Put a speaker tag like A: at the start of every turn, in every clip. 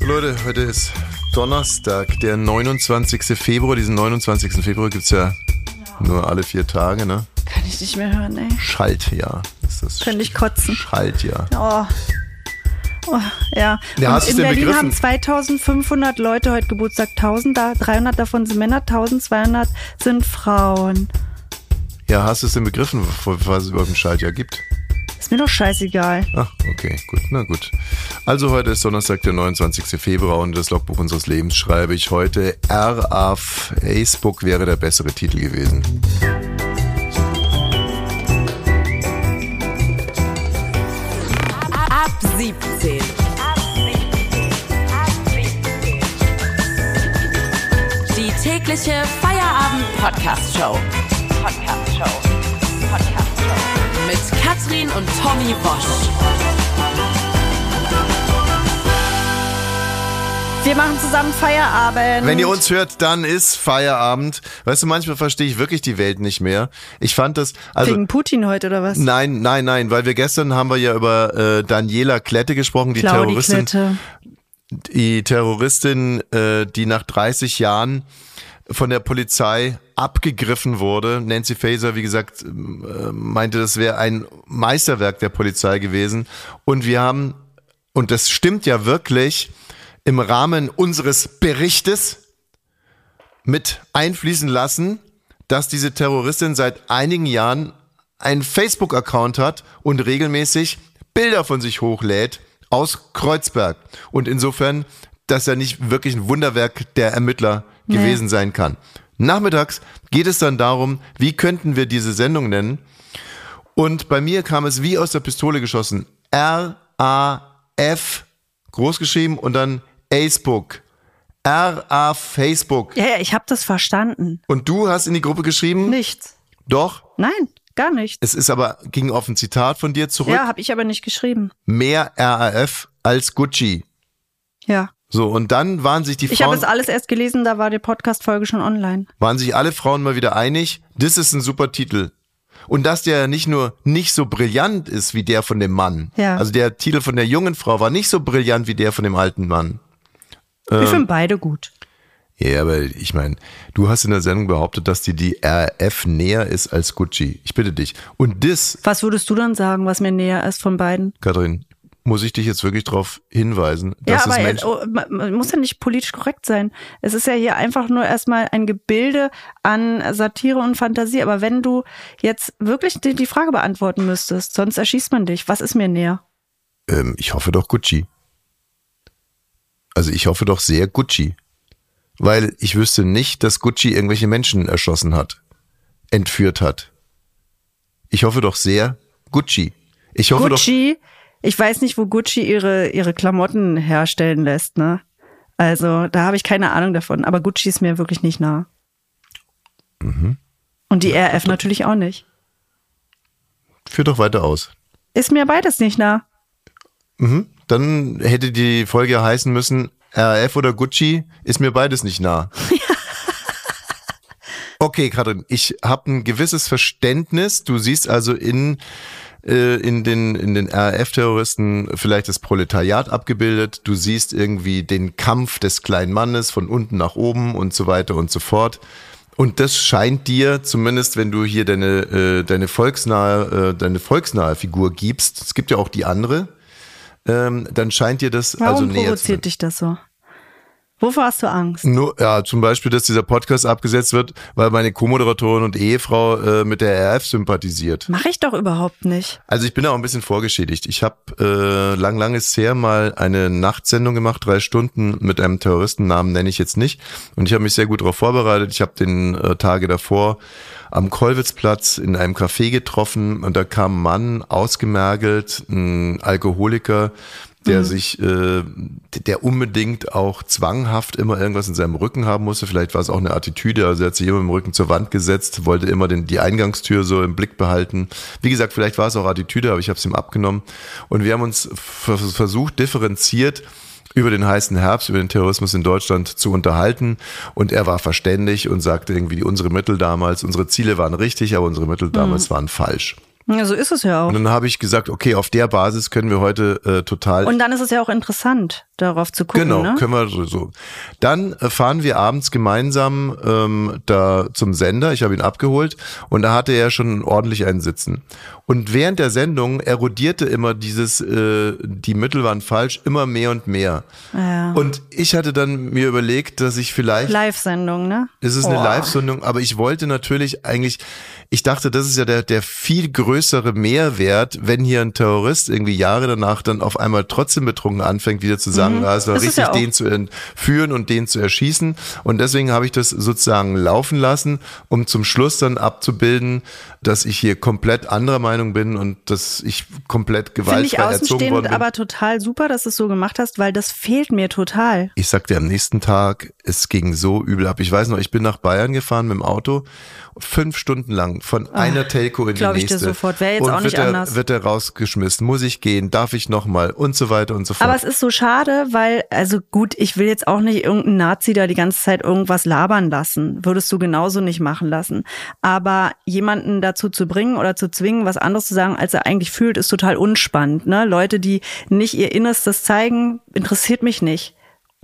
A: Leute, heute ist Donnerstag, der 29. Februar. Diesen 29. Februar gibt es ja, nur alle vier Tage, ne?
B: Kann ich nicht mehr hören, ey.
A: Schaltjahr ist das.
B: Könnte ich kotzen.
A: Schaltjahr.
B: Oh. Oh, ja.
A: Ja,
B: Und
A: hast du's
B: in
A: denn
B: Berlin
A: begriffen?
B: haben 2500 Leute heute Geburtstag. 1000, da- 300 davon sind Männer, 1200 sind Frauen.
A: Ja, hast du es denn begriffen, was es überhaupt ein Schaltjahr gibt?
B: Ist mir doch scheißegal.
A: Ah, okay, gut, na gut. Also heute ist Donnerstag, der 29. Februar und das Logbuch unseres Lebens schreibe ich heute RA Facebook wäre der bessere Titel gewesen.
C: Ab 17. Die tägliche Feierabend-Podcast-Show. Podcast-Show. Podcast-Show. Mit Katrin und Tommy Bosch.
B: Wir machen zusammen Feierabend.
A: Wenn ihr uns hört, dann ist Feierabend. Weißt du, manchmal verstehe ich wirklich die Welt nicht mehr. Ich fand das, also
B: Wegen Putin heute oder was?
A: Nein, nein, nein, weil wir gestern haben wir ja über äh, Daniela Klette gesprochen, die
B: Claudi
A: Terroristin,
B: Klette.
A: die Terroristin, äh, die nach 30 Jahren von der Polizei abgegriffen wurde. Nancy Faeser, wie gesagt, ähm, äh, meinte, das wäre ein Meisterwerk der Polizei gewesen. Und wir haben, und das stimmt ja wirklich, im Rahmen unseres Berichtes mit einfließen lassen, dass diese Terroristin seit einigen Jahren einen Facebook-Account hat und regelmäßig Bilder von sich hochlädt aus Kreuzberg. Und insofern, dass er nicht wirklich ein Wunderwerk der Ermittler gewesen sein kann. Nachmittags geht es dann darum, wie könnten wir diese Sendung nennen? Und bei mir kam es wie aus der Pistole geschossen. R-A-F, großgeschrieben und dann Facebook. R-A Facebook.
B: Ja, ja, ich habe das verstanden.
A: Und du hast in die Gruppe geschrieben?
B: Nichts.
A: Doch.
B: Nein, gar nichts.
A: Es ist aber, ging auf ein Zitat von dir zurück.
B: Ja, habe ich aber nicht geschrieben.
A: Mehr RAF als Gucci.
B: Ja.
A: So, und dann waren sich die
B: Ich habe
A: Frauen,
B: es alles erst gelesen, da war die Podcast-Folge schon online.
A: waren sich alle Frauen mal wieder einig, das ist ein super Titel. Und dass der nicht nur nicht so brillant ist wie der von dem Mann.
B: Ja.
A: Also der Titel von der jungen Frau war nicht so brillant wie der von dem alten Mann. Ähm.
B: Wir finden beide gut.
A: Ja, aber ich meine, du hast in der Sendung behauptet, dass dir die RAF näher ist als Gucci. Ich bitte dich. Und das
B: Was würdest du dann sagen, was mir näher ist von beiden?
A: Kathrin, muss ich dich jetzt wirklich darauf hinweisen, dass
B: ja,
A: es
B: aber
A: Menschen.
B: oh, man, man muss ja nicht politisch korrekt sein. Es ist ja hier einfach nur erstmal ein Gebilde an Satire und Fantasie. Aber wenn du jetzt wirklich die, die Frage beantworten müsstest, sonst erschießt man dich. Was ist mir näher?
A: Ähm, ich hoffe doch Gucci. Also ich hoffe doch sehr Gucci. Weil ich wüsste nicht, dass Gucci irgendwelche Menschen erschossen hat, entführt hat. Ich hoffe doch sehr Gucci. Ich hoffe doch.
B: Gucci, ich weiß nicht, wo Gucci ihre, ihre Klamotten herstellen lässt, ne? Also, da habe ich keine Ahnung davon. Aber Gucci ist mir wirklich nicht nah.
A: Mhm.
B: Und die RF natürlich auch nicht.
A: Führ doch weiter aus.
B: Ist mir beides nicht nah.
A: Dann hätte die Folge heißen müssen, RAF oder Gucci, ist mir beides nicht nah. Okay, Katrin, ich habe ein gewisses Verständnis. Du siehst also in, äh, in den, in den RAF-Terroristen vielleicht das Proletariat abgebildet. Du siehst irgendwie den Kampf des kleinen Mannes von unten nach oben und so weiter und so fort. Und das scheint dir, zumindest wenn du hier deine, äh, deine, volksnahe, äh, deine volksnahe Figur gibst, es gibt ja auch die andere, ähm, dann scheint dir das also
B: Warum
A: näher zu sein.
B: provoziert dich das so? Wovor hast du Angst?
A: Nur, ja, zum Beispiel, dass dieser Podcast abgesetzt wird, weil meine Co-Moderatorin und Ehefrau äh, mit der RF sympathisiert.
B: Mache ich doch überhaupt nicht.
A: Also ich bin da auch ein bisschen vorgeschädigt. Ich habe äh, lang, lang ist her mal eine Nachtsendung gemacht, drei Stunden mit einem Terroristennamen nenne ich jetzt nicht. Und ich habe mich sehr gut darauf vorbereitet. Ich habe den äh, Tage davor am Kollwitzplatz in einem Café getroffen und da kam ein Mann, ausgemergelt, ein Alkoholiker, der sich, äh, der unbedingt auch zwanghaft immer irgendwas in seinem Rücken haben musste. Vielleicht war es auch eine Attitüde, also er hat sich immer im Rücken zur Wand gesetzt, wollte immer den, die Eingangstür so im Blick behalten. Wie gesagt, vielleicht war es auch Attitüde, aber ich habe es ihm abgenommen. Und wir haben uns vers- versucht, differenziert über den heißen Herbst, über den Terrorismus in Deutschland zu unterhalten. Und er war verständig und sagte irgendwie, unsere Mittel damals, unsere Ziele waren richtig, aber unsere Mittel damals waren falsch.
B: Ja, so ist es ja auch.
A: Und dann habe ich gesagt, okay, auf der Basis können wir heute äh, total
B: Und dann ist es ja auch interessant, darauf zu gucken.
A: Genau,
B: ne?
A: können wir so- so. Dann äh, fahren wir abends gemeinsam ähm, da zum Sender. Ich habe ihn abgeholt und da hatte er schon ordentlich einen Sitzen. Und während der Sendung erodierte immer dieses, äh, die Mittel waren falsch, immer mehr und mehr. Und ich hatte dann mir überlegt, dass ich vielleicht
B: Live-Sendung, ne?
A: es ist eine
B: Oh.
A: Live-Sendung, aber ich wollte natürlich eigentlich, ich dachte, das ist ja der, der viel größere Mehrwert, wenn hier ein Terrorist irgendwie Jahre danach dann auf einmal trotzdem betrunken anfängt, wieder zu sagen, ah, es war
B: Mhm. Das ist
A: richtig,
B: ja auch-
A: den zu entführen und den zu erschießen. Und deswegen habe ich das sozusagen laufen lassen, um zum Schluss dann abzubilden, dass ich hier komplett anderer Meinung bin und dass ich komplett
B: Finde ich
A: gewaltfrei erzogen worden
B: außenstehend
A: bin.
B: aber total super, dass du es so gemacht hast, weil das fehlt mir total.
A: ich sagte am nächsten Tag, es ging so übel ab. Ich weiß noch, ich bin nach Bayern gefahren mit dem Auto, fünf Stunden lang von einer Telco in die
B: Ah, glaub ich dir
A: nächste.
B: sofort. Wär jetzt
A: und
B: auch nicht
A: wird er,
B: anders.
A: Wird er rausgeschmissen? Muss ich gehen? Darf ich nochmal? Und so weiter und so fort.
B: Aber es ist so schade, weil, also gut, ich will jetzt auch nicht irgendeinen Nazi da die ganze Zeit irgendwas labern lassen. Würdest du genauso nicht machen lassen. Aber jemanden dazu zu bringen oder zu zwingen, was anderes zu sagen, als er eigentlich fühlt, ist total unspannend. Ne? Leute, die nicht ihr Innerstes zeigen, interessiert mich nicht.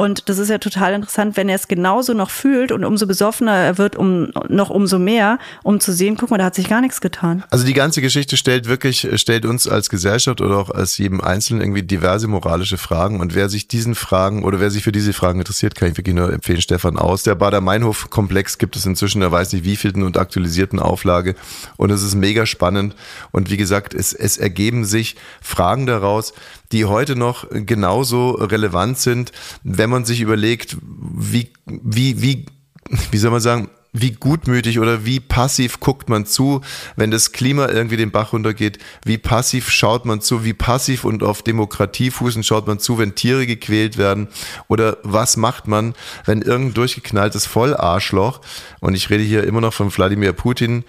B: Und das ist ja total interessant, wenn er es genauso noch fühlt und umso besoffener er wird, um noch umso mehr, um zu sehen, guck mal, da hat sich gar nichts getan.
A: Also die ganze Geschichte stellt wirklich, äh, stellt uns als Gesellschaft oder auch als jedem Einzelnen irgendwie diverse moralische Fragen. Und wer sich diesen Fragen oder wer sich für diese Fragen interessiert, kann ich wirklich nur empfehlen, Stefan aus. Der Bader-Meinhof-Komplex gibt es inzwischen, er weiß nicht wievielten und aktualisierten Auflage. Und es ist mega spannend. Und wie gesagt, es, es ergeben sich Fragen daraus, die heute noch genauso relevant sind, wenn man sich überlegt, wie, wie, wie, wie soll man sagen, wie gutmütig oder wie passiv guckt man zu, wenn das Klima irgendwie den Bach runtergeht, wie passiv schaut man zu, wie passiv und auf Demokratiefußen schaut man zu, wenn Tiere gequält werden oder was macht man, wenn irgendein durchgeknalltes Vollarschloch, und ich rede hier immer noch von Wladimir Putin,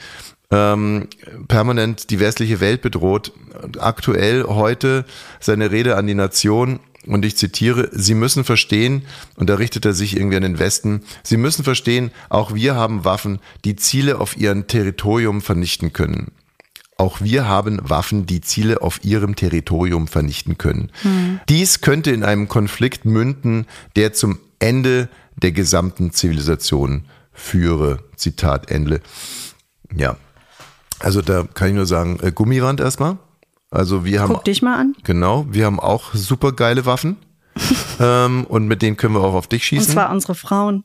A: permanent die westliche Welt bedroht. Und Aktuell heute seine Rede an die Nation. Und ich zitiere, Sie müssen verstehen, und da richtet er sich irgendwie an den Westen, Sie müssen verstehen, auch wir haben Waffen, die Ziele auf ihrem Territorium vernichten können. Auch wir haben Waffen, die Ziele auf ihrem Territorium vernichten können. Dies könnte in einem Konflikt münden, der zum Ende der gesamten Zivilisation führe. Zitat Ende. Ja. Also da kann ich nur sagen, äh, Gummiwand erstmal. Also wir haben
B: Guck dich mal an.
A: genau, wir haben auch super geile Waffen. ähm, und mit denen können wir auch auf dich
B: Und
A: schießen.
B: zwar unsere Frauen.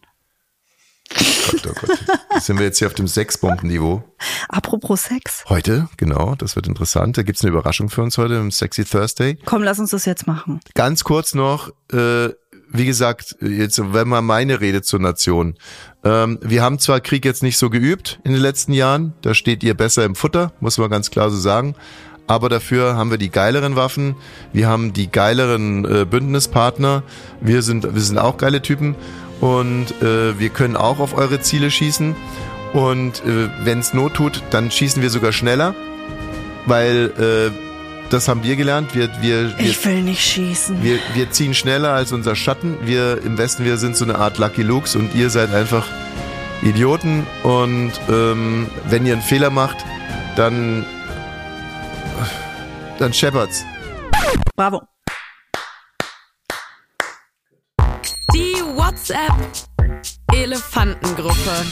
A: Gott, oh Gott. Jetzt sind wir jetzt hier auf dem Sechsbomben-Niveau.
B: Apropos Sex.
A: Heute, genau, das wird interessant. Da gibt's eine Überraschung für uns heute im Sexy Thursday.
B: Komm, lass uns das jetzt machen.
A: Ganz kurz noch, äh, wie gesagt, jetzt wenn man meine Rede zur Nation. Ähm, wir haben zwar Krieg jetzt nicht so geübt in den letzten Jahren, da steht ihr besser im Futter, muss man ganz klar so sagen. Aber dafür haben wir die geileren Waffen, wir haben die geileren äh, Bündnispartner, wir sind, wir sind auch geile Typen und äh, wir können auch auf eure Ziele schießen. Und äh, wenn es Not tut, dann schießen wir sogar schneller, weil äh, das haben wir gelernt. Wir, wir, wir
B: Ich will nicht schießen.
A: wir, wir ziehen schneller als unser Schatten. Wir im Westen, wir sind so eine Art Lucky Lukes und ihr seid einfach Idioten. Und ähm, wenn ihr einen Fehler macht, dann, dann scheppert's.
B: Bravo.
C: Die WhatsApp Elefantengruppe.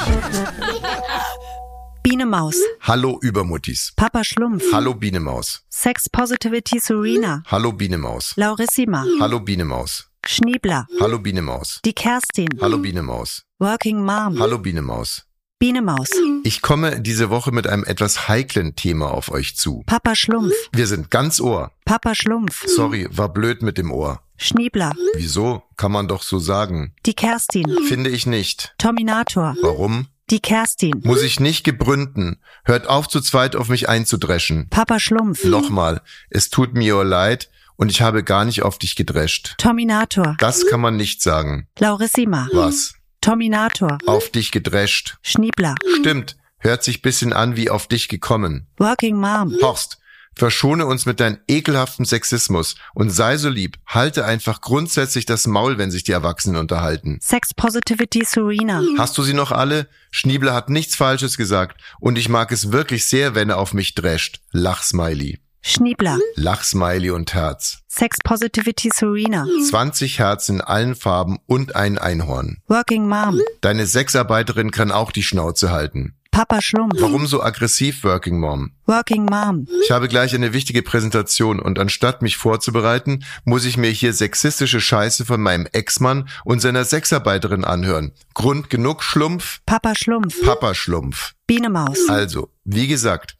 B: Biene Maus,
A: Hallo Übermuttis.
B: Papa Schlumpf,
A: Hallo Bienemaus.
B: Sex Positivity Serena,
A: Hallo Bienemaus.
B: Laurissima,
A: Hallo Bienemaus.
B: Schniebler,
A: Hallo Bienemaus.
B: die Kerstin,
A: Hallo Bienemaus.
B: Working Mom,
A: Hallo Bienemaus.
B: Biene Maus,
A: Ich komme diese Woche mit einem etwas heiklen Thema auf euch zu.
B: Papa Schlumpf,
A: Wir sind ganz Ohr.
B: Papa Schlumpf,
A: Sorry, war blöd mit dem Ohr.
B: Schniebler,
A: Wieso? Kann man doch so sagen.
B: die Kerstin,
A: Finde ich nicht.
B: Terminator,
A: Warum?
B: die Kerstin,
A: Muss ich nicht gebründen. Hört auf, zu zweit auf mich einzudreschen.
B: Papa Schlumpf,
A: Nochmal, es tut mir leid und ich habe gar nicht auf dich gedrescht.
B: Terminator,
A: Das kann man nicht sagen.
B: Laurissima,
A: Was?
B: Terminator,
A: Auf dich gedrescht.
B: Schniebler,
A: Stimmt, hört sich bisschen an wie auf dich gekommen.
B: Working Mom,
A: Horst, verschone uns mit deinem ekelhaften Sexismus und sei so lieb, halte einfach grundsätzlich das Maul, wenn sich die Erwachsenen unterhalten.
B: Sex Positivity Serena,
A: Hast du sie noch alle? Schniebler hat nichts Falsches gesagt und ich mag es wirklich sehr, wenn er auf mich drescht. Lach, Smiley.
B: Schniebler,
A: Lachsmiley und Herz.
B: Sex Positivity Serena,
A: 20 Herz in allen Farben und ein Einhorn.
B: Working Mom,
A: Deine Sexarbeiterin kann auch die Schnauze halten.
B: Papa Schlumpf,
A: Warum so aggressiv, Working Mom?
B: Working Mom,
A: Ich habe gleich eine wichtige Präsentation und anstatt mich vorzubereiten, muss ich mir hier sexistische Scheiße von meinem Ex-Mann und seiner Sexarbeiterin anhören. Grund genug, Schlumpf,
B: Papa Schlumpf,
A: Papa Schlumpf.
B: Biene Maus,
A: Also, wie gesagt,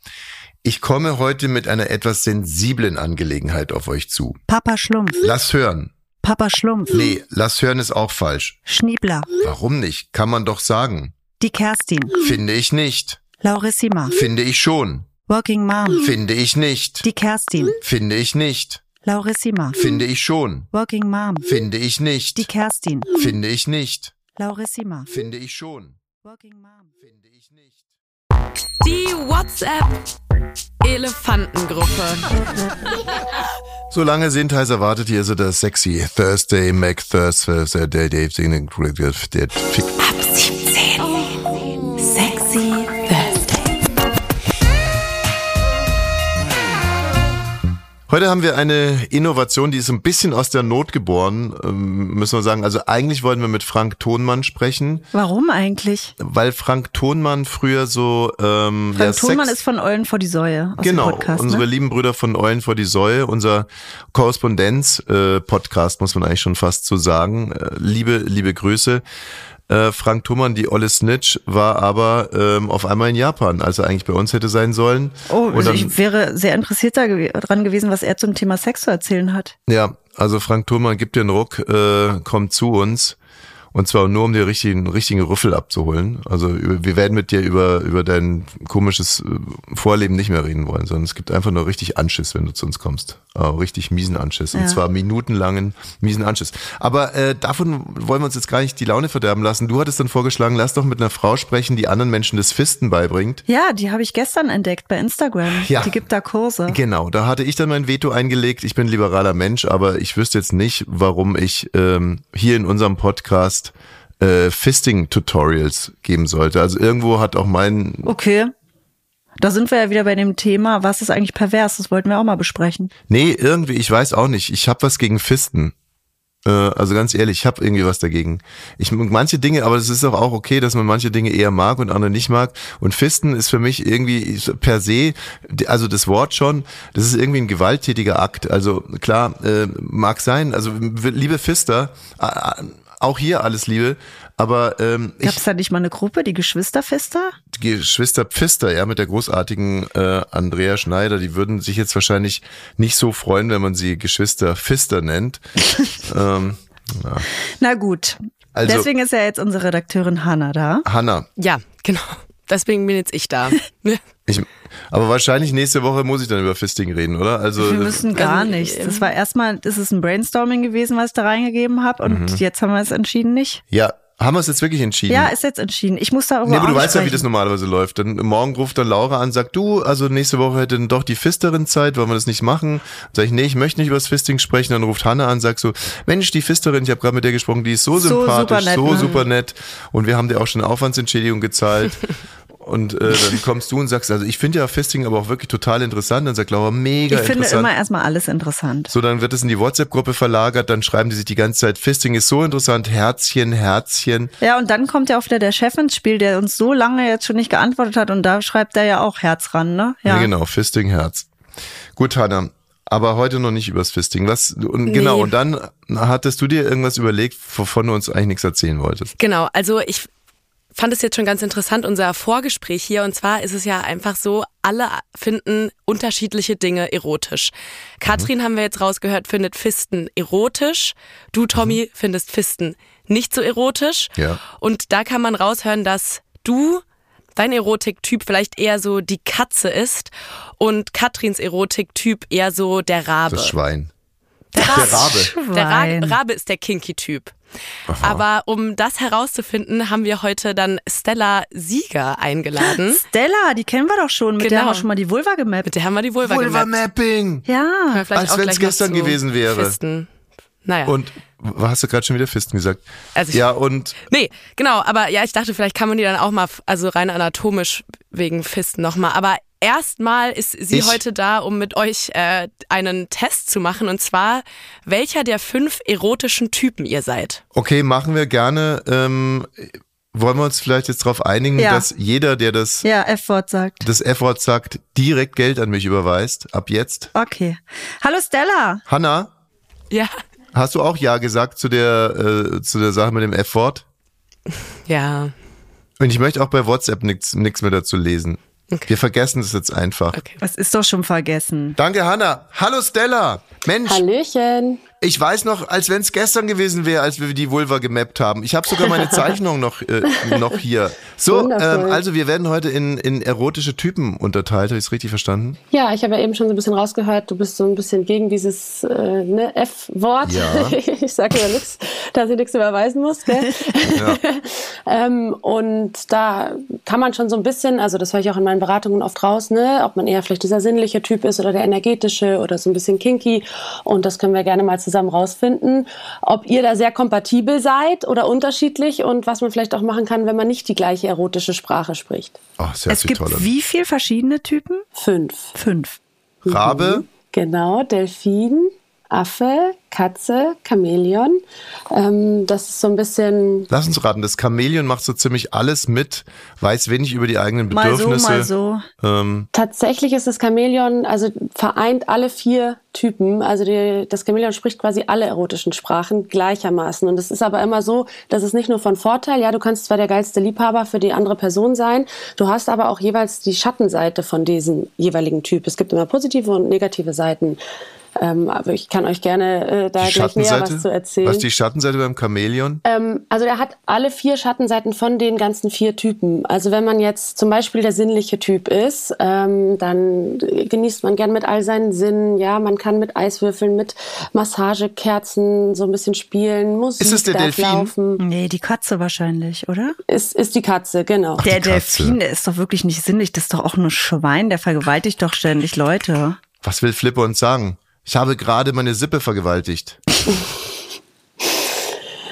A: ich komme heute mit einer etwas sensiblen Angelegenheit auf euch zu.
B: Papa Schlumpf,
A: Lass hören.
B: Papa Schlumpf,
A: Nee, lass hören ist auch falsch.
B: Schniebler,
A: Warum nicht? Kann man doch sagen.
B: die Kerstin,
A: Finde ich nicht.
B: Laurissima,
A: Finde ich schon.
B: Working Mom,
A: Finde ich nicht.
B: die Kerstin,
A: Finde ich nicht.
B: Laurissima,
A: Finde ich schon.
B: Working Mom,
A: Finde ich
B: die
A: nicht.
B: Kerstin,
A: Finde ich nicht.
B: Laurissima,
A: Finde ich schon.
B: Working Mom.
A: Finde ich nicht.
C: Die WhatsApp Elefantengruppe.
A: Solange Sinteis erwartet hier so das sexy Thursday, Mac Thursday, Day, Day, Ding, Ding, Ding, der Fick.
C: Ab 17. Sexy Thursday.
A: Heute haben wir eine Innovation, die ist ein bisschen aus der Not geboren, ähm, müssen wir sagen. Also eigentlich wollten wir mit Frank Thonmann sprechen,
B: Warum eigentlich?
A: weil Frank Thonmann früher so... Ähm,
B: Frank Thonmann
A: Sex-
B: ist von Eulen vor die Säue aus
A: Genau,
B: dem Podcast.
A: unsere
B: Ne?
A: lieben Brüder von Eulen vor die Säue, unser Korrespondenz-Podcast, muss man eigentlich schon fast so sagen. Äh, Liebe, liebe Grüße. Äh, Frank Thummern, die Olle Snitch, war aber ähm, auf einmal in Japan, als er eigentlich bei uns hätte sein sollen.
B: Oh,
A: Und
B: also
A: dann-
B: ich wäre sehr interessiert daran gewesen, was er zum Thema Sex zu erzählen hat.
A: Ja, also Frank Thurmann gibt den Ruck, äh, kommt zu uns. Und zwar nur, um dir richtigen, richtigen Rüffel abzuholen. Also über, wir werden mit dir über, über dein komisches äh, Vorleben nicht mehr reden wollen, sondern es gibt einfach nur richtig Anschiss, wenn du zu uns kommst. Äh, richtig miesen Anschiss. Und
B: Ja.
A: zwar minutenlangen miesen Anschiss. Aber äh, davon wollen wir uns jetzt gar nicht die Laune verderben lassen. Du hattest dann vorgeschlagen, lass doch mit einer Frau sprechen, die anderen Menschen das Fisten beibringt.
B: Ja, die habe ich gestern entdeckt bei Instagram.
A: Ja.
B: Die gibt da Kurse.
A: Genau, da hatte ich dann mein Veto eingelegt. Ich bin liberaler Mensch, aber ich wüsste jetzt nicht, warum ich ähm, hier in unserem Podcast äh, Fisting-Tutorials geben sollte. Also irgendwo hat auch mein,
B: Okay. Da sind wir ja wieder bei dem Thema, was ist eigentlich pervers? Das wollten wir auch mal besprechen.
A: nee, irgendwie, ich weiß auch nicht. Ich habe was gegen Fisten. Äh, also ganz ehrlich, ich habe irgendwie was dagegen. Ich manche Dinge, aber es ist doch auch okay, dass man manche Dinge eher mag und andere nicht mag. Und Fisten ist für mich irgendwie per se, also das Wort schon, das ist irgendwie ein gewalttätiger Akt. Also klar, äh, mag sein. Also w- liebe Fister, a- a- auch hier alles Liebe. Aber ähm,
B: Gab
A: ich
B: es da nicht mal eine Gruppe, die Geschwisterfester?
A: Geschwister Pfister, ja, mit der großartigen äh, Andrea Schneider, die würden sich jetzt wahrscheinlich nicht so freuen, wenn man sie Geschwister Pfister nennt. ähm,
B: Na gut.
A: Also-
B: Deswegen ist ja jetzt unsere Redakteurin Hanna da.
A: Hanna,
D: Ja, genau. Deswegen bin jetzt ich da.
A: Ich, aber wahrscheinlich nächste Woche muss ich dann über Fisting reden, oder? Also
B: Wir müssen gar
D: Also,
B: nichts. Das war erstmal, das ist ein Brainstorming gewesen, was ich da reingegeben habe. Und
A: Mhm.
B: jetzt haben wir es entschieden nicht.
A: ja, haben wir es jetzt wirklich entschieden?
B: Ja, ist jetzt entschieden. Ich muss da
A: Mhm. Nee,
B: irgendwo
A: aber du
B: auch
A: weißt ja, wie
B: sprechen.
A: das normalerweise läuft. Dann morgen ruft dann Laura an, sagt du, also nächste Woche hätte dann doch die Fisterin Zeit, wollen wir das nicht machen? Sag ich, nee, ich möchte nicht über das Fisting sprechen. Dann ruft Hanna an, sagt so, Mensch, die Fisterin, ich habe gerade mit der gesprochen, die ist so,
B: So
A: sympathisch,
B: super nett,
A: so
B: ne?
A: super nett. Und wir haben dir auch schon Aufwandsentschädigung gezahlt. Und äh, dann kommst du und sagst, also ich finde ja Fisting aber auch wirklich total interessant. Dann sagt Laura, mega
B: Ich finde
A: interessant.
B: immer erstmal alles interessant.
A: So, dann wird es in die WhatsApp-Gruppe verlagert, dann schreiben die sich die ganze Zeit, Fisting ist so interessant, Herzchen, Herzchen.
B: Ja, und dann kommt ja auch wieder der Chef ins Spiel, der uns so lange jetzt schon nicht geantwortet hat. Und da schreibt er ja auch Herz ran, ne?
A: Ja, genau, Fisting, Herz. Gut, Hanna, aber heute noch nicht übers Fisting. Was, und genau, und dann hattest du dir irgendwas überlegt, wovon du uns eigentlich nichts erzählen wolltest.
D: Genau, also ich fand es jetzt schon ganz interessant, unser Vorgespräch hier. Und zwar ist es ja einfach so, alle finden unterschiedliche Dinge erotisch. Katrin
A: Mhm.
D: haben wir jetzt rausgehört, findet Fisten erotisch. Du, Tommy, findest Fisten nicht so erotisch.
A: Mhm. Ja.
D: Und da kann man raushören, dass du, dein Erotiktyp vielleicht eher so die Katze ist und Katrins Erotiktyp eher so der Rabe.
A: Das Schwein.
D: Der
B: Rabe.
D: Der Ra
B: Schwein.
D: Rabe ist der Kinky-Typ. Aber um das herauszufinden, haben wir heute dann Stella Sieger eingeladen.
B: Stella, die kennen wir doch schon. Mit der
D: Genau.
B: haben wir schon mal die Vulva gemappt.
D: Mit der haben wir die Vulva,
A: Vulva
D: gemappt.
A: Mapping!
B: Ja.
D: Können wir vielleicht
A: Als
D: auch
A: wenn's
D: gleich noch
A: gestern
D: zu
A: gewesen wäre.
D: Fisten. Naja.
A: Und w- hast du gerade schon wieder Fisten gesagt?
D: Also ich-
A: ja, und
D: nee, genau, aber ja, ich dachte, vielleicht kann man die dann auch mal, f- also rein anatomisch wegen Fisten nochmal. Aber erstmal ist sie
A: Ich-
D: heute da, um mit euch äh, einen Test zu machen. Und zwar, welcher der fünf erotischen Typen ihr seid.
A: Okay, machen wir gerne. Ähm, wollen wir uns vielleicht jetzt darauf einigen,
B: Ja.
A: dass jeder, der das,
B: Ja, F-Wort sagt.
A: das F-Wort sagt, direkt Geld an mich überweist, ab jetzt.
B: Okay. Hallo Stella.
A: Hanna,
D: Ja.
A: hast du auch Ja gesagt zu der, äh, zu der Sache mit dem F-Wort?
D: Ja.
A: Und ich möchte auch bei WhatsApp nichts mehr dazu lesen.
D: Okay.
A: Wir vergessen es jetzt einfach.
D: Okay.
B: Das ist doch schon vergessen.
A: Danke, Hanna. Hallo, Stella. Mensch,
E: Hallöchen.
A: ich weiß noch, als wenn es gestern gewesen wäre, als wir die Vulva gemappt haben. Ich habe sogar meine Zeichnung noch, äh, noch hier. So, ähm,
E: Wundervoll.
A: also wir werden heute in, in erotische Typen unterteilt. Habe ich es richtig verstanden?
E: Ja, ich habe ja eben schon so ein bisschen rausgehört, du bist so ein bisschen gegen dieses äh, ne, F-Wort.
A: Ja.
E: Ich sage ja nichts, dass ich nichts überweisen muss. Gell?
A: Ja.
E: ähm, und da kann man schon so ein bisschen, also das höre ich auch in meinen Beratungen oft raus, ne, ob man eher vielleicht dieser sinnliche Typ ist oder der energetische oder so ein bisschen kinky. Und das können wir gerne mal zusammen rausfinden, ob ihr da sehr kompatibel seid oder unterschiedlich und was man vielleicht auch machen kann, wenn man nicht die gleiche erotische Sprache spricht.
A: Oh, sehr
B: es gibt
A: toll.
B: wie viel verschiedene Typen?
E: Fünf.
B: Fünf.
A: Rabe,
E: Genau, Delfin, Affe, Katze, Chamäleon. Ähm, das ist so ein bisschen,
A: lass uns raten, das Chamäleon macht so ziemlich alles mit, weiß wenig über die eigenen
B: Mal so,
A: Bedürfnisse.
B: mal so.
A: Ähm,
E: tatsächlich ist das Chamäleon, also vereint alle vier Typen. Also die, das Chamäleon spricht quasi alle erotischen Sprachen gleichermaßen. Und es ist aber immer so, dass es nicht nur von Vorteil, ja, du kannst zwar der geilste Liebhaber für die andere Person sein, du hast aber auch jeweils die Schattenseite von diesem jeweiligen Typ. Es gibt immer positive und negative Seiten. Ähm, aber ich kann euch gerne äh, da
A: die
E: gleich näher
A: Schattenseite.
E: was zu erzählen.
A: ist die Schattenseite beim Chamäleon?
E: Ähm, also der hat alle vier Schattenseiten von den ganzen vier Typen. Also wenn man jetzt zum Beispiel der sinnliche Typ ist, ähm, dann genießt man gern mit all seinen Sinnen. Ja, man kann mit Eiswürfeln, mit Massagekerzen so ein bisschen spielen. Musik
A: Ist es der
E: darf
A: Delfin?
E: laufen.
B: Nee, die Katze wahrscheinlich, oder?
E: Ist, ist die Katze, genau.
B: der
A: die Katze.
B: Delfin, der ist doch wirklich nicht sinnlich. Das ist doch auch nur Schwein. Der vergewaltigt doch ständig Leute.
A: Was will Flipper uns sagen? Ich habe gerade meine Sippe vergewaltigt.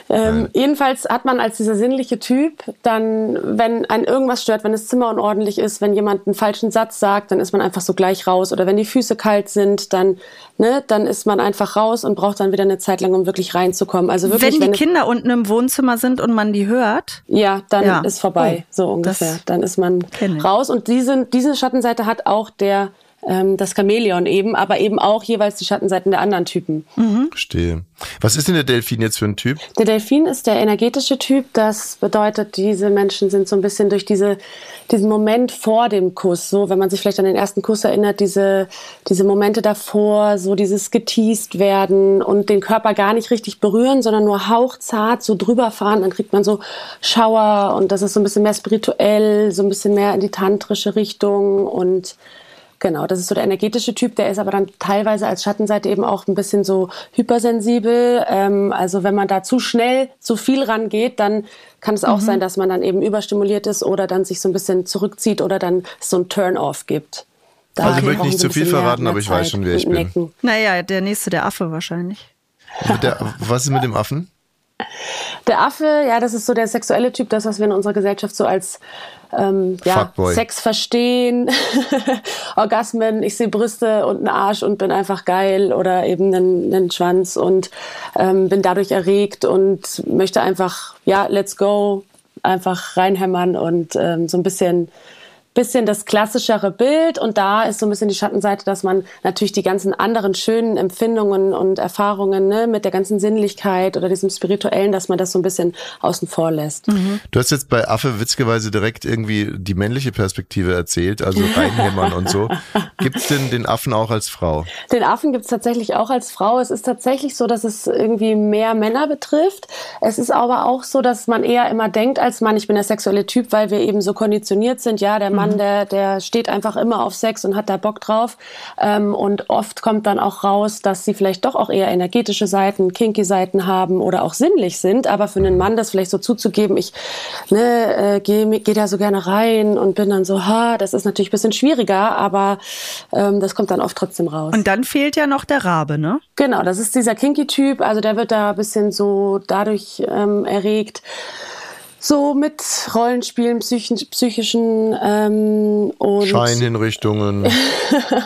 E: Ähm, jedenfalls hat man als dieser sinnliche Typ dann, wenn ein irgendwas stört, wenn das Zimmer unordentlich ist, wenn jemand einen falschen Satz sagt, dann ist man einfach so gleich raus. Oder wenn die Füße kalt sind, dann, ne, dann ist man einfach raus und braucht dann wieder eine Zeit lang, um wirklich reinzukommen. Also wirklich,
B: wenn die
E: es-
B: Kinder unten im Wohnzimmer sind und man die hört,
E: ja, dann
B: Ja.
E: ist vorbei,
B: Oh,
E: so ungefähr.
B: das
E: Dann ist man
B: kenn ich.
E: raus. Und diese, diese Schattenseite hat auch der, ähm, das Chamäleon eben, aber eben auch jeweils die Schattenseiten der anderen Typen.
A: Verstehe. Was ist denn der Delfin jetzt für ein Typ?
E: Der Delfin ist der energetische Typ. Das bedeutet, diese Menschen sind so ein bisschen durch diese, diesen Moment vor dem Kuss, so wenn man sich vielleicht an den ersten Kuss erinnert, diese, diese Momente davor, so dieses geteased werden und den Körper gar nicht richtig berühren, sondern nur hauchzart so drüber fahren. Dann kriegt man so Schauer und das ist so ein bisschen mehr spirituell, so ein bisschen mehr in die tantrische Richtung und Genau, das ist so der energetische Typ, der ist aber dann teilweise als Schattenseite eben auch ein bisschen so hypersensibel. Ähm, also wenn man da zu schnell zu viel rangeht, dann kann es auch
A: Mhm.
E: sein, dass man dann eben überstimuliert ist oder dann sich so ein bisschen zurückzieht oder dann so ein Turn-off gibt. Da
A: Also ich möchte
E: brauchen
A: nicht
E: sie ein
A: zu viel
E: bisschen mehr-
A: verraten,
E: mehr
A: aber ich weiß
E: Zeit
A: schon, wer ich
E: und
A: bin.
E: Necken.
B: naja, der nächste, der Affe wahrscheinlich.
A: Mit Der, was ist mit dem Affen?
E: Der Affe, ja, das ist so der sexuelle Typ, das, was wir in unserer Gesellschaft so als ähm, ja,
A: Fuckboy.
E: Sex verstehen, Orgasmen, ich sehe Brüste und einen Arsch und bin einfach geil oder eben einen, einen Schwanz und ähm, bin dadurch erregt und möchte einfach, ja, let's go, einfach reinhämmern und ähm, so ein bisschen bisschen das klassischere Bild und da ist so ein bisschen die Schattenseite, dass man natürlich die ganzen anderen schönen Empfindungen und Erfahrungen ne, mit der ganzen Sinnlichkeit oder diesem Spirituellen, dass man das so ein bisschen außen vor lässt.
A: Du hast jetzt bei Affe witzigerweise direkt irgendwie die männliche Perspektive erzählt, also reinhämmern und so. Gibt's denn den Affen auch als Frau?
E: Den Affen gibt's tatsächlich auch als Frau. Es ist tatsächlich so, dass es irgendwie mehr Männer betrifft. Es ist aber auch so, dass man eher immer denkt als Mann, ich bin der sexuelle Typ, weil wir eben so konditioniert sind. Ja, der Mann, der, der steht einfach immer auf Sex und hat da Bock drauf. Ähm, und oft kommt dann auch raus, dass sie vielleicht doch auch eher energetische Seiten, kinky Seiten haben oder auch sinnlich sind. Aber für einen Mann das vielleicht so zuzugeben, ich ne, äh, gehe geh da so gerne rein und bin dann so, ha, das ist natürlich ein bisschen schwieriger, aber ähm, das kommt dann oft trotzdem raus.
B: Und dann fehlt ja noch der Rabe, ne?
E: Genau, das ist dieser Kinky-Typ. Also der wird da ein bisschen so dadurch ähm, erregt, so mit Rollenspielen, psychischen, psychischen ähm, und
A: Scheinhinrichtungen.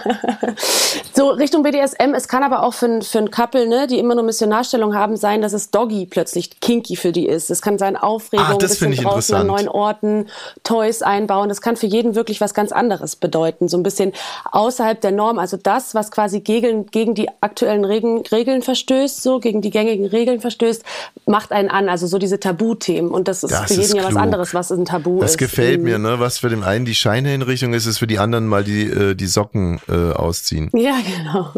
E: so Richtung BDSM. Es kann aber auch für, ein- für ein Couple, ne, die immer nur Missionarstellung haben, sein, dass es Doggy plötzlich kinky für die ist. Es kann sein Aufregung,
A: Ah, das
E: bisschen
A: finde ich
E: draußen an
A: interessant.
E: neuen Orten, Toys einbauen. Das kann für jeden wirklich was ganz anderes bedeuten. So ein bisschen außerhalb der Norm. Also das, was quasi gegen, gegen die aktuellen Regeln, Regeln verstößt, so gegen die gängigen Regeln verstößt, macht einen an. Also so diese Tabuthemen. Und das ist
A: Das
E: für jeden
A: ist
E: ja was
A: klug.
E: anderes, was ein Tabu
A: Das
E: ist.
A: gefällt
E: Mhm.
A: mir, ne? Was für den einen die Scheinhinrichtung ist, ist für die anderen mal die, äh, die Socken äh, ausziehen.
E: Ja, genau.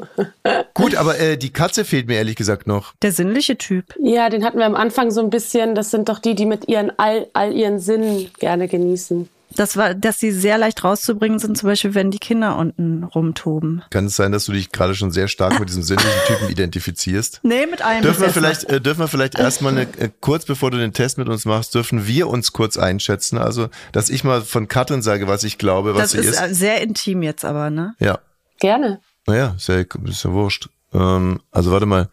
A: Gut, aber äh, die Katze fehlt mir ehrlich gesagt noch.
B: Der sinnliche Typ.
E: Ja, den hatten wir am Anfang so ein bisschen. Das sind doch die, die mit ihren all, all ihren Sinnen gerne genießen.
B: Das war, dass sie sehr leicht rauszubringen sind, zum Beispiel, wenn die Kinder unten rumtoben.
A: Kann es sein, dass du dich gerade schon sehr stark mit diesem sinnlichen Typen identifizierst?
B: Nee, mit einem.
A: Dürfen wir,
B: bis
A: vielleicht,
B: jetzt
A: äh, dürfen wir vielleicht erstmal, eine, äh, kurz bevor du den Test mit uns machst, dürfen wir uns kurz einschätzen? Also, dass ich mal von Katrin sage, was ich glaube,
B: noch.
A: was
B: Das
A: sie
B: ist,
A: ist.
B: äh, sehr intim jetzt aber, ne?
A: Ja,
E: Gerne.
A: naja, ist ja, ist ja wurscht. Ähm, also, warte mal.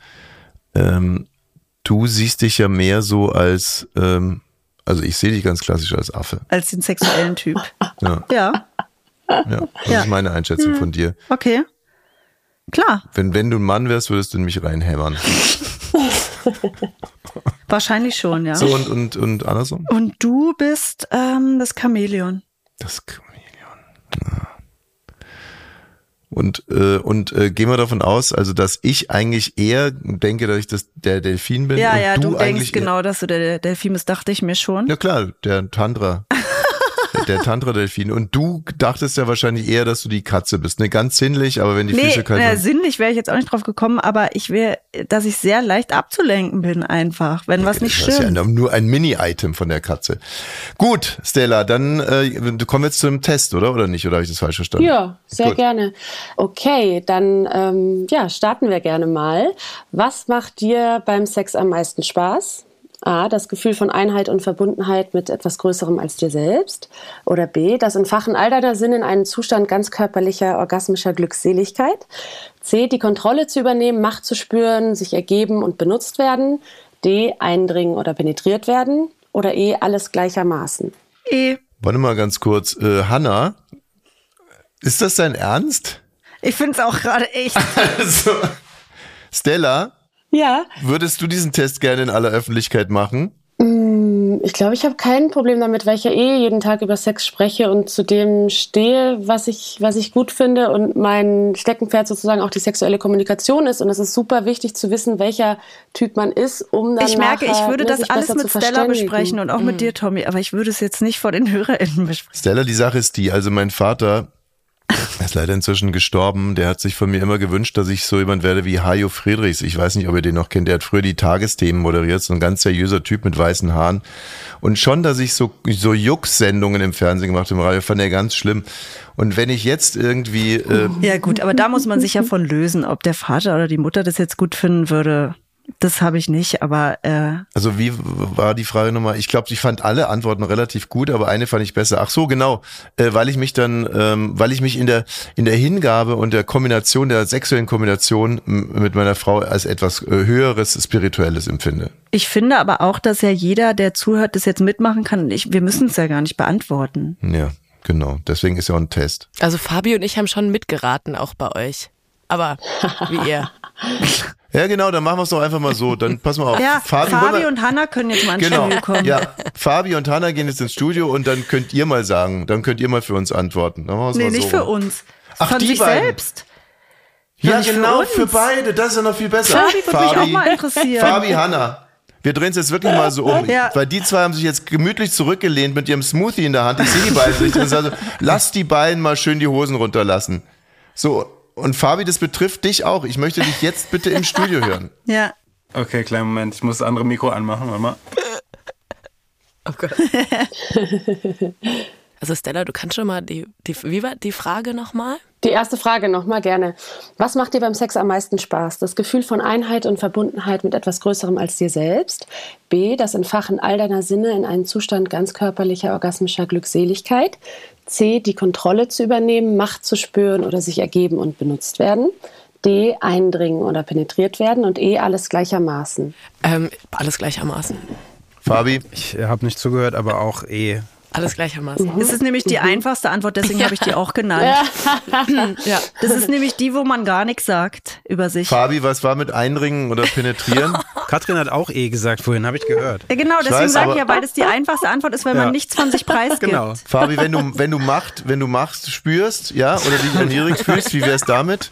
A: Ähm, du siehst dich ja mehr so als, ähm, also ich sehe dich ganz klassisch als Affe.
B: Als den sexuellen Typ.
A: Ja.
B: Ja,
A: Ja, das
B: Ja. Hm.
A: ist meine Einschätzung von dir.
B: okay. Klar,
A: Wenn, wenn du ein Mann wärst, würdest du in mich reinhämmern.
B: wahrscheinlich schon, ja.
A: So und, und, und andersrum?
B: Und du bist ähm, das Chamäleon.
A: Das Chameleon. Ja. Und, äh, und äh, gehen wir davon aus, also dass ich eigentlich eher denke, dass ich das, der Delfin bin.
B: Ja,
A: und
B: ja,
A: du,
B: du, denkst
A: eigentlich
B: genau, dass du der- der Delfin bist, dachte ich mir schon.
A: Eher, ja klar, der Tantra. der Tantra-Delfin. Und du dachtest ja wahrscheinlich eher, dass du die Katze bist. Ne, ganz sinnlich, aber wenn die
B: Nee,
A: Füße kalt
B: na,
A: sind.
B: sinnlich wäre ich jetzt auch nicht drauf gekommen, aber ich will, dass ich sehr leicht abzulenken bin einfach, wenn was nicht
A: das ist ja
B: stimmt.
A: nur ein Mini-Item von der Katze. Gut, Stella, dann äh, kommen wir jetzt zu einem Test, oder? Oder nicht? Oder habe ich das falsch verstanden?
E: Ja, sehr
A: Gut.
E: gerne. Okay, dann ähm, ja, starten wir gerne mal. Was macht dir beim Sex am meisten Spaß? A, das Gefühl von Einheit und Verbundenheit mit etwas Größerem als dir selbst. Oder B, das Entfachen all deiner Sinne in einen Zustand ganz körperlicher, orgasmischer Glückseligkeit. C, die Kontrolle zu übernehmen, Macht zu spüren, sich ergeben und benutzt werden. D, eindringen oder penetriert werden. Oder E, alles gleichermaßen.
B: Eh,
A: Warte mal ganz kurz. Äh, Hanna, ist das dein Ernst?
B: Ich finde es auch gerade echt.
A: Also, Stella,
E: Ja,
A: würdest du diesen Test gerne in aller Öffentlichkeit machen?
E: Ich glaube, ich habe kein Problem damit, weil ich ja eh jeden Tag über Sex spreche und zu dem stehe, was ich, was ich gut finde und mein Steckenpferd sozusagen auch die sexuelle Kommunikation ist. Und es ist super wichtig zu wissen, welcher Typ man ist, um dann
B: Ich merke, ich
E: nachher,
B: würde
E: ne,
B: das
E: sich
B: alles
E: besser
B: mit
E: zu
B: Stella
E: verständigen. Mhm.
B: besprechen und auch mit dir, Tommy, aber ich würde es jetzt nicht vor den HörerInnen besprechen.
A: Stella, die Sache ist die, also mein Vater er ist leider inzwischen gestorben. Der hat sich von mir immer gewünscht, dass ich so jemand werde wie Hajo Friedrichs. Ich weiß nicht, ob ihr den noch kennt. Der hat früher die Tagesthemen moderiert, so ein ganz seriöser Typ mit weißen Haaren. Und schon, dass ich so, so Jucksendungen im Fernsehen gemacht habe, im Radio, fand er ganz schlimm. Und wenn ich jetzt irgendwie äh,
B: Ja, gut, aber da muss man sich ja von lösen, ob der Vater oder die Mutter das jetzt gut finden würde. Das habe ich nicht, aber äh,
A: Also wie w- war die Frage nochmal? Ich glaube, ich fand alle Antworten relativ gut, aber eine fand ich besser. Ach so, genau, äh, weil ich mich dann, ähm, weil ich mich in der in der Hingabe und der Kombination der sexuellen Kombination m- mit meiner Frau als etwas äh, höheres spirituelles empfinde.
B: ich finde aber auch, dass ja jeder, der zuhört, das jetzt mitmachen kann. Ich, wir müssen es ja gar nicht beantworten.
A: Ja, genau. Deswegen ist ja auch ein Test.
D: Also Fabi und ich haben schon mitgeraten, auch bei euch. Aber wie ihr.
A: Ja, genau. Dann machen wir es doch einfach mal so. Dann pass mal auf.
B: Ja, Fabi,
A: hol mal-
B: und Hanna können jetzt mal ins
A: Genau.
B: Studio kommen.
A: Ja, Fabi und Hanna gehen jetzt ins Studio und dann könnt ihr mal sagen, dann könnt ihr mal für uns antworten. Dann machen wir's
B: nee,
A: mal so
B: nicht für
A: rum.
B: uns.
A: Ach,
B: von
A: die
B: sich
A: beiden.
B: selbst.
A: Ja,
B: Nicht für
A: genau,
B: uns.
A: für, beide. Das ist ja noch viel besser.
B: Fabi würde mich auch mal interessieren.
A: Fabi, Hanna. Wir drehen es jetzt wirklich mal so um.
B: Ja.
A: Weil die zwei haben sich jetzt gemütlich zurückgelehnt mit ihrem Smoothie in der Hand. Ich sehe die beiden nicht. Das ist Also, lass die beiden mal schön die Hosen runterlassen. So, und Fabi, das betrifft dich auch. Ich möchte dich jetzt bitte im Studio hören.
B: Ja.
F: Okay, kleinen Moment. Ich muss das andere Mikro anmachen. Warte mal.
D: Oh Gott. Also Stella, du kannst schon mal die, die wie war die Frage nochmal?
E: Die erste Frage nochmal gerne. Was macht dir beim Sex am meisten Spaß? Das Gefühl von Einheit und Verbundenheit mit etwas Größerem als dir selbst. B. Das Entfachen all deiner Sinne in einen Zustand ganz körperlicher, orgasmischer Glückseligkeit. C. Die Kontrolle zu übernehmen, Macht zu spüren oder sich ergeben und benutzt werden. D. Eindringen oder penetriert werden. Und E. Alles gleichermaßen.
D: Ähm, alles gleichermaßen.
A: Fabi?
G: Ich habe nicht zugehört, aber auch eh.
D: Alles gleichermaßen.
B: Es ist nämlich
A: Mhm.
B: die einfachste Antwort, deswegen habe ich die auch genannt.
D: Ja.
B: Das ist nämlich die, wo man gar nichts sagt über sich.
A: Fabi, was war mit Einringen oder Penetrieren?
G: Katrin hat auch eh gesagt vorhin, habe ich gehört.
B: Ja, genau, deswegen
A: weiß,
B: sage
A: aber-
B: ich ja, weil das die einfachste Antwort ist, weil
G: Ja.
B: man nichts von sich preisgibt.
G: Genau.
A: Fabi, wenn du, wenn du macht, wenn du machst, spürst, ja, oder dich erniedrigt fühlst, wie wär's damit?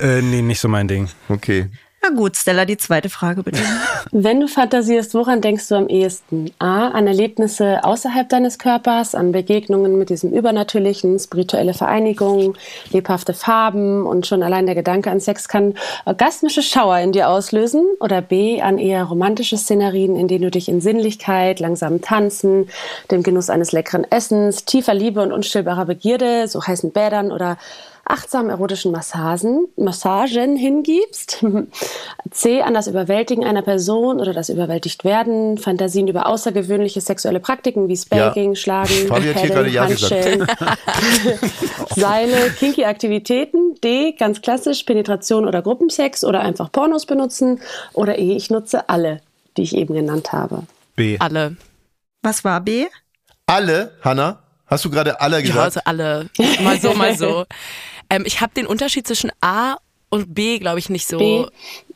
G: Äh, nee, nicht so mein Ding.
A: Okay.
B: Na gut, Stella, die zweite Frage bitte.
E: Wenn du fantasierst, woran denkst du am ehesten? A. An Erlebnisse außerhalb deines Körpers, an Begegnungen mit diesem Übernatürlichen, spirituelle Vereinigungen, lebhafte Farben und schon allein der Gedanke an Sex kann orgasmische Schauer in dir auslösen. Oder B. An eher romantische Szenerien, in denen du dich in Sinnlichkeit, langsamem Tanzen, dem Genuss eines leckeren Essens, tiefer Liebe und unstillbarer Begierde, so heißen Bädern oder achtsamen erotischen Massagen, Massagen hingibst. C. An das Überwältigen einer Person oder das Überwältigtwerden, Fantasien über außergewöhnliche sexuelle Praktiken wie Spanking,
A: Ja.
E: Schlagen,
A: Fabi hat hier gerade
E: Paddeln,
A: Ja gesagt.
E: Handschellen, Seile, kinky Aktivitäten. D. Ganz klassisch Penetration oder Gruppensex oder einfach Pornos benutzen. Oder E. Ich nutze alle, die ich eben genannt habe.
G: B.
D: Alle.
B: Was war B?
A: Alle, Hanna, hast du gerade alle
D: Ja,
A: gesagt?
D: also alle. Mal so, mal so. Ähm, ich habe den Unterschied zwischen A und B, glaube ich, nicht so.
E: B.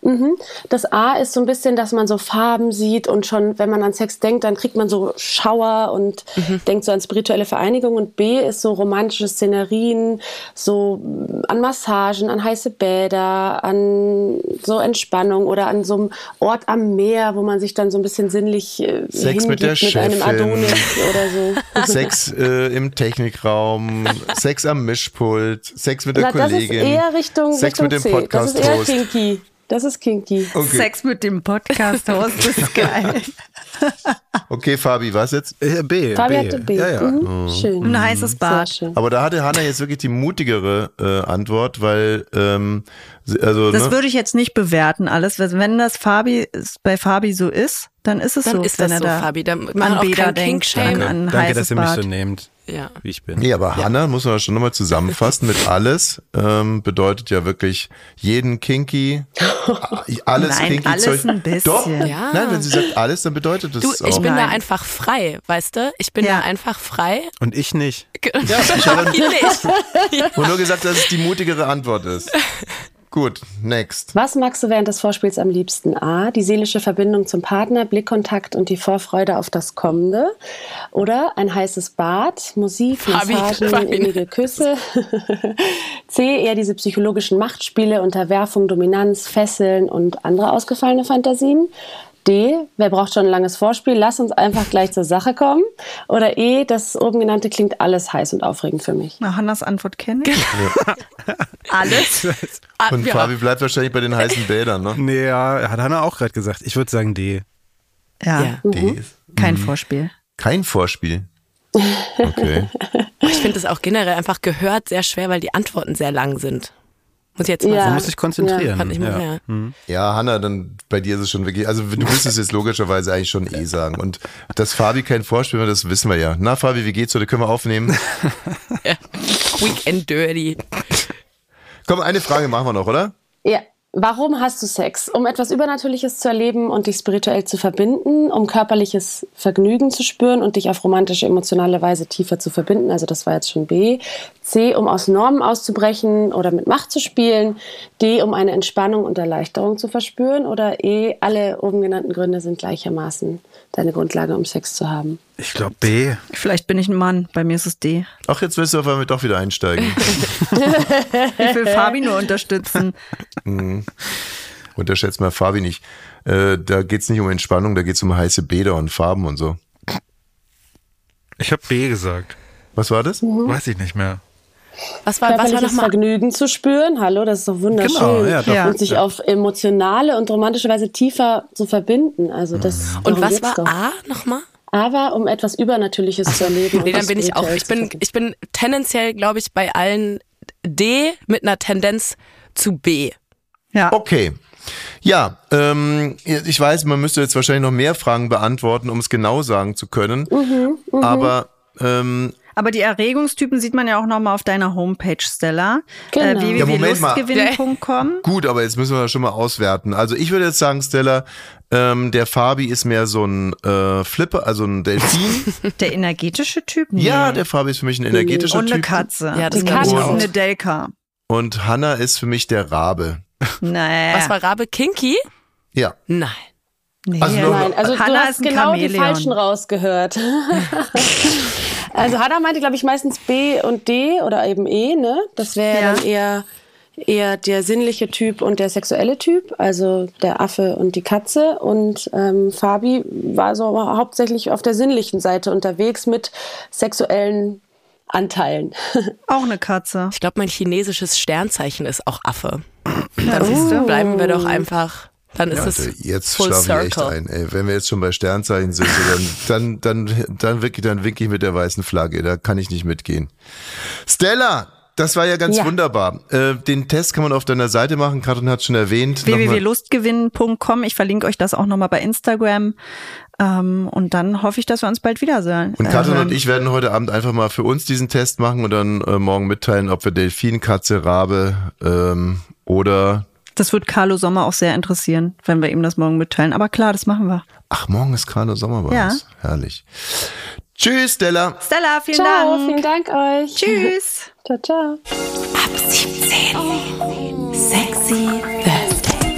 E: Mhm. Das A ist so ein bisschen, dass man so Farben sieht und schon, wenn man an Sex denkt, dann kriegt man so Schauer und
A: Mhm.
E: denkt so an spirituelle Vereinigung. Und B ist so romantische Szenerien, so mm, an Massagen, an heiße Bäder, an so Entspannung oder an so einem Ort am Meer, wo man sich dann so ein bisschen sinnlich äh,
A: Sex mit der
E: hingibt mit einem
A: Chefin.
E: Adonis oder so.
A: Sex äh, im Technikraum, Sex am Mischpult, Sex mit der
E: Na, das ist
A: Kollegin.
E: eher Richtung,
A: Sex
E: Richtung
A: mit dem
E: C. Das ist eher
A: Podcast-Host.
E: kinky. Das ist kinky.
A: Okay.
B: Sex mit dem Podcast-Host, das ist geil.
A: Okay, Fabi, was jetzt?
G: Äh, B.
E: Fabi hatte B.
G: Ja, ja.
E: Mhm. Schön.
B: Ein heißes Bad.
E: Sehr schön.
A: Aber da hatte Hanna jetzt wirklich die mutigere äh, Antwort, weil ähm, sie- also
B: Das
A: ne?
B: würde ich jetzt nicht bewerten alles. weil Wenn das Fabi bei Fabi so ist, dann ist es
D: Dann
B: so.
D: ist
B: wenn
D: das
B: er
D: so,
B: da
D: Fabi. Dann macht
B: an
D: man auch
B: Bäder
D: kein
B: denkt, an
D: Kink-Shame.
B: ein
G: Danke,
B: heißes
G: dass ihr mich
B: Bad.
G: so nehmt,
D: Ja.
G: wie ich bin.
A: Nee, aber Hanna, muss man schon nochmal zusammenfassen mit alles, ähm, bedeutet ja wirklich jeden Kinky, alles
B: Nein,
A: Kinky
B: alles
A: Zeug.
B: ein bisschen.
A: Doch,
D: Ja.
A: nein, wenn sie sagt alles, dann bedeutet das
D: Du,
A: auch.
D: ich bin da
B: Nein.
D: einfach frei, weißt du? Ich bin
B: Ja.
D: da einfach frei.
G: Und ich nicht.
A: ja, ich habe
D: Wie nicht?
A: nur gesagt, dass es die mutigere Antwort ist. Gut, next.
E: Was magst du während des Vorspiels am liebsten? A. Die seelische Verbindung zum Partner, Blickkontakt und die Vorfreude auf das Kommende. Oder ein heißes Bad, Musik,
D: Fabi,
E: Massagen,
D: Fabi.
E: innige Küsse. C. Eher diese psychologischen Machtspiele, Unterwerfung, Dominanz, Fesseln und andere ausgefallene Fantasien. D. Wer braucht schon ein langes Vorspiel? Lass uns einfach gleich zur Sache kommen. Oder E. Das oben genannte klingt alles heiß und aufregend für mich.
B: Na, Hannas Antwort kenne ich.
D: Genau. Alles. Ah,
A: Und
D: ja.
A: Fabi bleibt wahrscheinlich bei den heißen Bädern, ne?
G: Nee, ja, hat Hanna auch gerade gesagt. Ich würde sagen D.
B: Ja,
D: Ja.
A: Die ist-
B: kein Vorspiel.
A: Kein Vorspiel. Okay.
D: Ich finde das auch generell einfach gehört sehr schwer, weil die Antworten sehr lang sind. Muss ich jetzt mal
E: Ja.
G: Man
D: sagen.
G: muss sich konzentrieren.
D: Fand ich mal, ja.
A: Ja, Hm. Hanna, dann bei dir ist es schon wirklich, also du musst es jetzt logischerweise eigentlich schon eh sagen. Und dass Fabi kein Vorspiel hat, das wissen wir ja. Na, Fabi, wie geht's heute? Können wir aufnehmen?
D: Quick and dirty.
A: Komm, eine Frage machen wir noch, oder?
E: Ja. Warum hast du Sex? Um etwas Übernatürliches zu erleben und dich spirituell zu verbinden, um körperliches Vergnügen zu spüren und dich auf romantische, emotionale Weise tiefer zu verbinden. Also das war jetzt schon B. C, um aus Normen auszubrechen oder mit Macht zu spielen. D, um eine Entspannung und Erleichterung zu verspüren. Oder E, alle oben genannten Gründe sind gleichermaßen deine Grundlage, um Sex zu haben.
G: Ich glaube B.
B: Vielleicht bin ich ein Mann, bei mir ist es D.
A: Ach, jetzt willst du auf einmal doch wieder einsteigen.
B: Ich will Fabi nur unterstützen.
A: Unterschätzt mal Fabi nicht. Äh, da geht's nicht um Entspannung, da geht's um heiße Bäder und Farben und so.
G: Ich habe B gesagt.
A: Was war das?
G: Weiß ich nicht mehr.
D: Was war, was war
E: Körperliches
D: nochmal?
E: Vergnügen zu spüren. Hallo, das ist doch wunderschön.
G: Genau, ja, doch.
B: Ja.
E: Und sich auf emotionale und romantische Weise tiefer zu verbinden. Also
G: Mhm.
E: das
D: Und
E: darum
D: was
E: geht's
D: war
E: doch.
D: A nochmal?
E: Aber um etwas Übernatürliches zu erleben.
D: Nee,
E: und
D: dann
E: das
D: bin ich auch.
E: spirituell
D: Ich
E: zu
D: bin,
E: verbinden.
D: ich bin tendenziell, glaube ich, bei allen D mit einer Tendenz zu B.
B: Ja.
A: Okay. Ja, ähm, ich weiß, man müsste jetzt
B: Mhm,
A: wahrscheinlich noch mehr Fragen beantworten, um es genau sagen zu können. Aber ähm,
B: Aber die Erregungstypen sieht man ja auch nochmal auf deiner Homepage, Stella.
E: Genau.
B: Äh,
E: Ja,
A: Moment mal.
B: www.lustgewinn.com.
A: Gut, aber jetzt müssen wir das schon mal auswerten. Also ich würde jetzt sagen, Stella, ähm, der Fabi ist mehr so ein äh, Flipper, also ein Delfin.
B: Der energetische Typ? Nee.
A: ja, der Fabi ist für mich ein energetischer
B: Und eine
A: Typ.
B: Katze.
D: Ja, das
E: Die
D: glaub ich
E: Katze.
B: Und
D: auch.
B: eine Delka.
A: Und Hanna ist für mich der Rabe.
B: Nee.
D: Was war Rabe Kinky?
A: Ja.
D: Nein.
B: Nee.
A: Also nur-
E: Nein, also
B: Hanna
E: du
B: ist
E: hast
B: ein
E: genau die
B: Chamäleon.
E: falschen rausgehört. also Hanna meinte, glaube ich, meistens B und D oder eben E, ne? Das wäre
B: Ja.
E: dann eher, eher der sinnliche Typ und der sexuelle Typ, also der Affe und die Katze. Und ähm, Fabi war so hauptsächlich auf der sinnlichen Seite unterwegs mit sexuellen Anteilen.
B: Auch eine Katze.
D: Ich glaube, mein chinesisches Sternzeichen ist auch Affe.
B: Ja, siehst
E: Oh.
B: du?
D: Bleiben wir doch einfach. Dann ist
A: Also
D: es
A: jetzt
D: full
A: schlafen wir echt
D: circle.
A: ein. Ey, wenn wir jetzt schon bei Sternzeichen sind, so dann, dann, dann, dann, wirklich, dann winke ich mit der weißen Flagge. Da kann ich nicht mitgehen. Stella, das war ja ganz
E: Ja.
A: wunderbar. Äh, den Test kann man auf deiner Seite machen. Katrin hat schon erwähnt. Nochmal-
B: www.lustgewinnen.com. Ich verlinke euch das auch nochmal bei Instagram. Ähm, und dann hoffe ich, dass wir uns bald wiedersehen. Ähm,
A: Und Katrin und
B: ich.
A: ich werden heute Abend einfach mal für uns diesen Test machen und dann äh, morgen mitteilen, ob wir Delfin, Katze, Rabe ähm, oder...
B: Das wird Carlo Sommer auch sehr interessieren, wenn wir ihm das morgen mitteilen. Aber klar, das machen wir.
A: Ach, morgen ist Carlo Sommer bei
B: Ja.
A: uns. Herrlich. Tschüss, Stella.
B: Stella, vielen
E: ciao,
B: Dank.
E: vielen Dank euch.
B: Tschüss.
E: Ciao, ciao.
C: Ab 17. Sexy Thursday.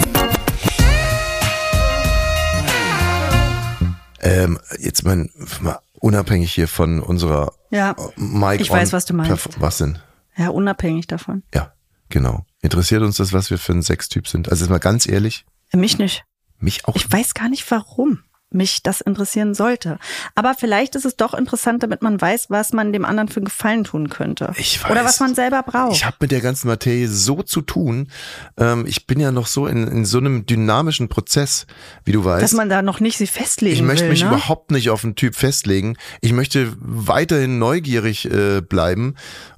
A: Ähm, jetzt mal, mal unabhängig hier von unserer
B: Ja,
A: Mike
B: ich weiß, was du meinst.
A: Was denn?
B: Ja, unabhängig davon.
A: Ja, genau. Interessiert uns das, was wir für ein Sextyp sind? Also jetzt mal ganz ehrlich,
B: Äh, Mich nicht.
A: mich auch.
B: Ich weiß gar nicht, warum mich das interessieren sollte. Aber vielleicht ist es doch interessant, damit man weiß, was man dem anderen für einen Gefallen tun könnte.
A: Ich weiß.
B: Oder was man selber braucht.
A: Ich habe mit der ganzen Materie so zu tun. Ähm, ich bin ja noch so in, in so einem dynamischen Prozess, wie du weißt.
B: dass man da noch nicht sich festlegen
A: ich möchte
B: will.
A: mich
B: ne?
A: überhaupt nicht auf einen Typ festlegen. Ich möchte weiterhin neugierig äh, bleiben.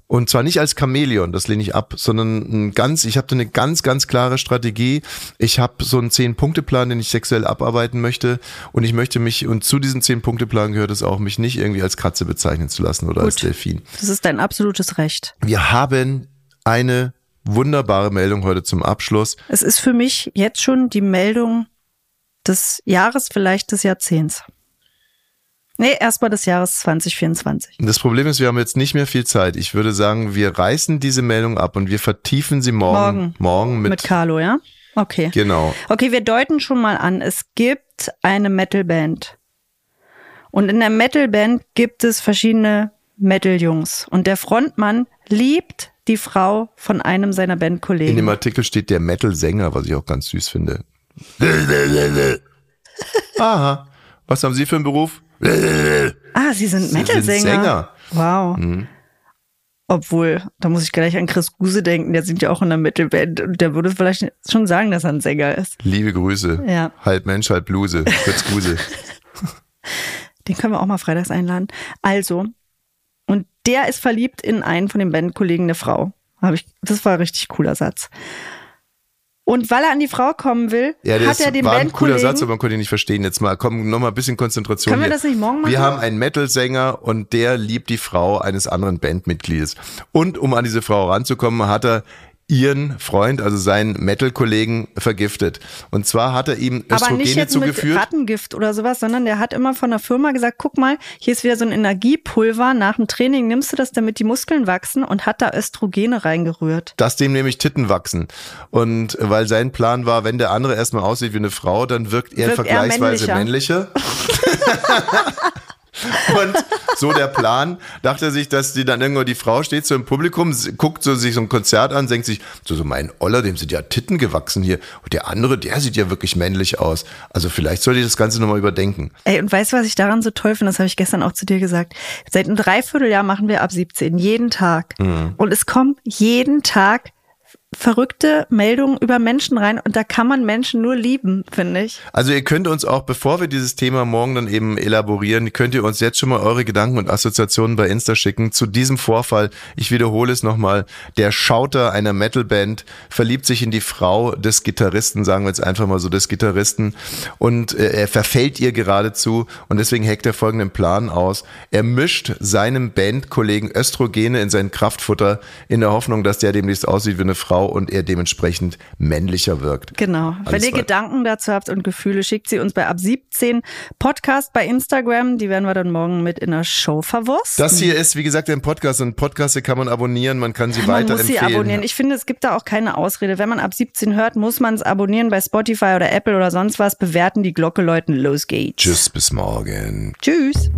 A: Und zwar nicht als Chamäleon, das lehne ich ab, sondern ein ganz, ich habe da eine ganz, ganz klare Strategie. Ich habe so einen Zehn-Punkte-Plan, den ich sexuell abarbeiten möchte. Und ich möchte mich, und zu diesem Zehn-Punkte-Plan gehört es auch, mich nicht irgendwie als Katze bezeichnen zu lassen oder als
B: Gut.
A: Delfin.
B: das ist dein absolutes Recht.
A: Wir haben eine wunderbare Meldung heute zum Abschluss.
B: Es ist für mich jetzt schon die Meldung des Jahres, vielleicht des Jahrzehnts. Nee, erstmal des Jahres 2024.
A: Das Problem ist, wir haben jetzt nicht mehr viel Zeit. Ich würde sagen, wir reißen diese Meldung ab und wir vertiefen sie morgen.
B: Morgen.
A: mit,
B: Mit, Carlo, ja? Okay.
A: Genau.
B: Okay, wir deuten schon mal an, es gibt eine Metalband. Und in der Metalband gibt es verschiedene Metal-Jungs. Und der Frontmann liebt die Frau von einem seiner
A: In dem
B: Bandkollegen.
A: Artikel steht der Metal-Sänger, was ich auch ganz süß finde. Aha. Was haben Sie für einen Beruf?
B: Ah, sie sind
A: Sie sind
B: Metal-Sänger.
A: Sänger. Mhm.
B: Wow. Obwohl, da muss ich gleich an Chris Guse denken, der singt ja auch in der Metalband. Und der würde vielleicht schon sagen, dass er ein Sänger ist.
A: Liebe Grüße.
B: Ja.
A: Halb Mensch, halb Bluse. Fritz Grüße.
B: Den können wir auch mal freitags einladen. Also, und der ist verliebt in einen von den Bandkollegen eine Frau. Hab ich, das war ein richtig cooler Satz. Und weil er an die Frau kommen will,
A: Ja, das
B: hat er den
A: war ein cooler Satz, aber
B: Bandkollegen.
A: man konnte ihn nicht verstehen. Jetzt mal, komm, nochmal ein bisschen Konzentration.
B: Können wir
A: hier.
B: das nicht morgen
A: Wir
B: machen?
A: haben einen Metal-Sänger und der liebt die Frau eines anderen Bandmitgliedes. Und um an diese Frau ranzukommen, hat er ihren Freund, also seinen Metal-Kollegen, vergiftet. Und zwar hat er ihm
B: Aber nicht
A: Östrogene
B: jetzt mit
A: zugeführt.
B: Rattengift oder sowas, sondern der hat immer von der Firma gesagt, guck mal, hier ist wieder so ein Energiepulver. Nach dem Training nimmst du das, damit die Muskeln wachsen und hat da Östrogene reingerührt.
A: dass dem nämlich Titten wachsen. Und weil sein Plan war, wenn der andere erstmal aussieht wie eine Frau, dann wirkt er
B: Wirkt er
A: vergleichsweise männlicher.
B: männlicher.
A: Und so der Plan, dachte sich, dass die dann irgendwo, die Frau steht so im Publikum, s- guckt so sich so ein Konzert an, denkt sich, so, so mein Oller, dem sind ja Titten gewachsen hier. Und der andere, der sieht ja wirklich männlich aus. Also vielleicht sollte ich das Ganze nochmal überdenken.
B: Ey, und weißt du, was ich daran so toll finde? Das habe ich gestern auch zu dir gesagt. Seit einem Dreivierteljahr machen wir ab 17, jeden Tag. Und es kommen jeden Tag verrückte Meldungen über Menschen rein und da kann man Menschen nur lieben, finde ich.
A: Also ihr könnt uns auch, bevor wir dieses Thema morgen dann eben elaborieren, könnt ihr uns jetzt schon mal eure Gedanken und Assoziationen bei Insta schicken zu diesem Vorfall. Ich wiederhole es nochmal. Der Schauter einer Metalband verliebt sich in die Frau des Gitarristen, sagen wir jetzt einfach mal so, des Gitarristen. Und äh, er verfällt ihr geradezu und deswegen hackt er folgenden Plan aus. Er mischt seinem Bandkollegen Östrogene in sein Kraftfutter in der Hoffnung, dass der demnächst aussieht wie eine Frau und er dementsprechend männlicher wirkt.
B: Genau.
A: Alles
B: Wenn ihr
A: weiter.
B: Gedanken dazu habt und Gefühle, schickt sie uns bei ab 17 Podcast bei Instagram. Die werden wir dann morgen mit in der Show verwursten.
A: Das hier ist, wie gesagt, ein Podcast und Podcaste kann man abonnieren, man kann sie
B: man
A: weiterempfehlen.
B: muss sie abonnieren. Ich finde, es gibt da auch keine Ausrede. Wenn man ab 17 hört, muss man es abonnieren bei Spotify oder Apple oder sonst was. Bewerten die Glocke läuten. Los geht's.
A: Tschüss, bis morgen.
B: Tschüss.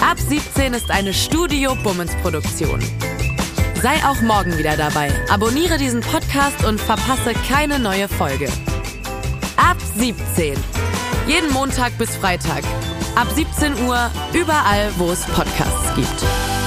D: Ab 17 ist eine Studio Bummens Produktion. Sei auch morgen wieder dabei. Abonniere diesen Podcast und verpasse keine neue Folge. Ab 17. Jeden Montag bis Freitag. Ab 17 Uhr überall, wo es Podcasts gibt.